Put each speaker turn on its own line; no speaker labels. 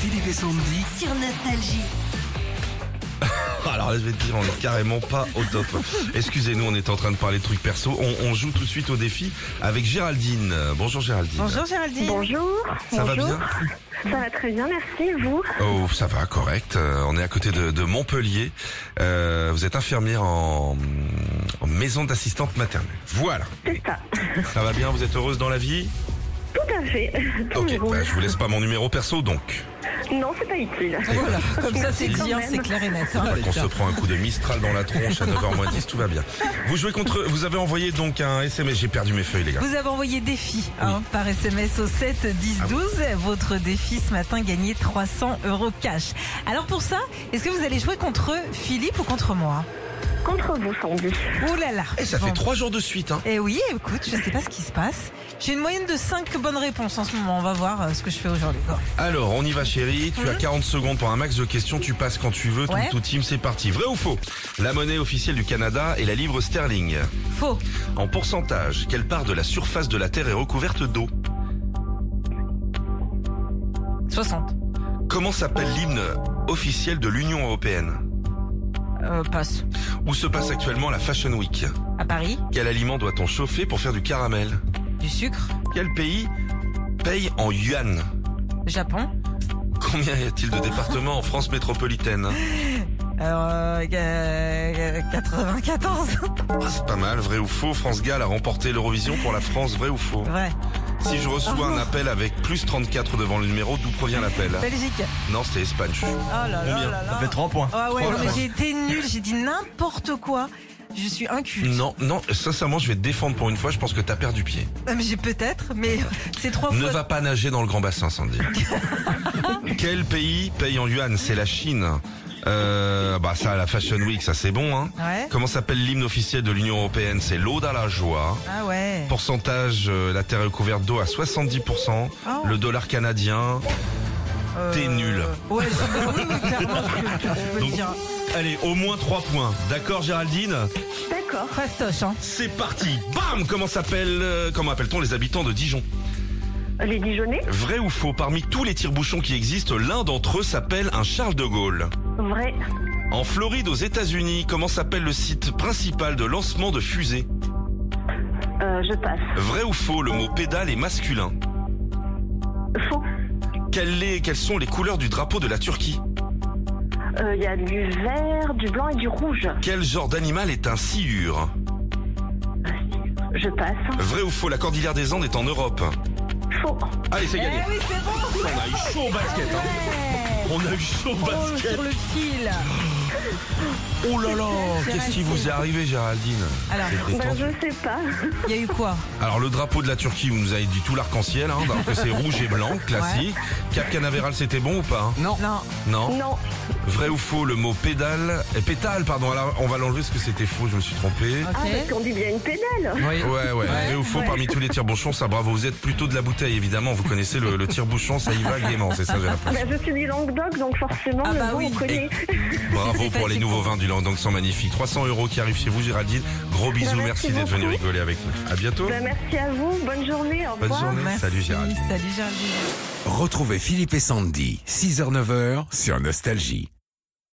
Philippe et Sandy. Ah,
sur Nostalgie.
Alors là, je vais te dire, on est carrément pas au top. Excusez-nous, on est en train de parler de trucs perso. On, on joue tout de suite au défi avec Géraldine. Euh, Bonjour Géraldine.
Bonjour Géraldine.
Bonjour.
Ça va
bonjour.
bien
Ça va très bien, merci. Vous
Oh, ça va, correct. Euh, on est à côté de, de Montpellier. Euh, vous êtes infirmière en, en maison d'assistante maternelle. Voilà.
C'est ça.
Ça va bien, vous êtes heureuse dans la vie
Tout à fait. Tout
Ok,
est bon.
bah, je vous laisse pas mon numéro perso donc.
Non, c'est pas utile.
Voilà, comme ça c'est
Quand
dit, hein,
même.
c'est clair et net. hein.
On se prend un coup de Mistral dans la tronche à 9h10, tout va bien. Vous jouez contre, vous avez envoyé donc un SMS, j'ai perdu mes feuilles les gars.
Vous avez envoyé défi hein, par SMS au 7 10
Ah
12. Votre défi ce matin, gagner 300 euros cash. Alors pour ça, est-ce que vous allez jouer contre Philippe ou contre moi
Contre vous, Sandy.
Oh là là
Et Eh, ça
Bon.
fait trois jours de suite hein.
Eh oui, écoute, je sais pas ce qui se passe. J'ai une moyenne de 5 bonnes réponses en ce moment. On va voir euh, ce que je fais aujourd'hui. Bon.
Alors, on y va chérie, tu as 40 secondes pour un max de questions, tu passes quand tu veux, tout
Ouais.
tout team, c'est parti. Vrai ou faux La monnaie officielle du Canada est la livre sterling.
Faux.
En pourcentage, quelle part de la surface de la Terre est recouverte d'eau
60.
Comment s'appelle l'hymne officiel de l'Union européenne
Euh, passe.
Où se passe actuellement la Fashion Week
À Paris,
Quel aliment doit-on chauffer pour faire du caramel
du sucre.
Quel pays paye en yuan
Japon.
Combien y a-t-il de départements en France métropolitaine hein?
Alors, euh, euh, 94.
Ah, C'est pas mal, vrai ou faux France Gall a remporté l'Eurovision pour la France, vrai ou faux
Vrai.
Si je reçois un appel avec plus 34 devant le numéro, d'où provient l'appel
Belgique.
Non, c'était Espagne. je suis-
Oh là là
Combien
là là.
Ça fait 3 points.
Ah ouais,
Oh
non,
là
mais
là.
j'ai été nulle, j'ai dit n'importe quoi. Je suis inculte.
Non, non, sincèrement, je vais te défendre pour une fois, je pense que t'as perdu pied.
Ah, mais J'ai peut-être, mais c'est trois
Ne
fois.
va pas nager dans le grand bassin, Sandy. Quel pays paye en yuan C'est la Chine. Euh, bah ça, la Fashion Week, ça c'est bon, hein
Ouais.
Comment s'appelle l'hymne officiel de l'Union Européenne C'est l'Aude à la joie.
Ah ouais.
Pourcentage, euh, la terre est couverte d'eau à 70%.
Oh.
Le dollar canadien.
Euh,
t'es nul.
Ouais, je- oui, oui, clairement, je peux, je peux
Donc-
le dire.
Allez, au moins 3 points. D'accord, Géraldine
D'accord.
Fastoche, hein.
C'est parti. Bam Comment s'appelle euh, comment appelle-t-on les habitants de Dijon
Les Dijonais
Vrai ou faux Parmi tous les tire-bouchons qui existent, l'un d'entre eux s'appelle un Charles de Gaulle.
Vrai.
En Floride, aux États-Unis, comment s'appelle le site principal de lancement de fusées
Euh, je passe.
Vrai ou faux Le mot pédale est masculin.
Faux.
Quelles les- quelles sont les couleurs du drapeau de la Turquie
Euh, Il y a du vert, du blanc et du rouge.
Quel genre d'animal est un sciure
Je passe.
Vrai ou faux La cordillère des Andes est en Europe. Euh,
Faux.
Allez, c'est gagné.
Eh oui, c'est bon.
On a eu chaud au basket. hein. On a eu chaud au
Oh,
basket.
sur le fil.
Oh là là Qu'est-ce qui vous est arrivé, Géraldine
Alors.
C'était
Ben,
tendu.
je sais pas.
Il y a eu quoi
Alors le drapeau de la Turquie, vous nous avez dit tout l'arc-en-ciel, hein, donc c'est rouge et blanc, classique. Cap Canaveral, c'était bon ou pas hein
Non.
Non.
Non.
Vrai ou faux, le mot pédale, euh, pétale, pardon. Alors on va l'enlever parce que c'était faux, je me suis trompé.
Ok.
Ah, parce qu'on dit bien une pédale.
Oui.
Ouais, ouais, vrai ou faux, parmi tous les tire-bouchons, ça bravo, vous êtes plutôt de la bouteille, évidemment, vous connaissez le, le tire-bouchon, ça y va gaiement, c'est ça, j'ai l'impression.
Ben, je suis du Languedoc, donc forcément,
Ah bah
le nom,
oui.
on connaît.
Bravo pour les
facile.
nouveaux vins du Languedoc, sont magnifiques. 300 euros qui arrivent chez vous, Géraldine. Gros bisous,
Bah,
merci
merci
d'être venu
beaucoup.
rigoler avec nous. À bientôt.
Ben, merci à vous. Bonne journée. Au
Bonne
revoir.
journée.
Merci.
Salut, Géraldine.
Salut Géraldine.
Retrouvez Philippe et Sandy, 6h-9h sur Nostalgie.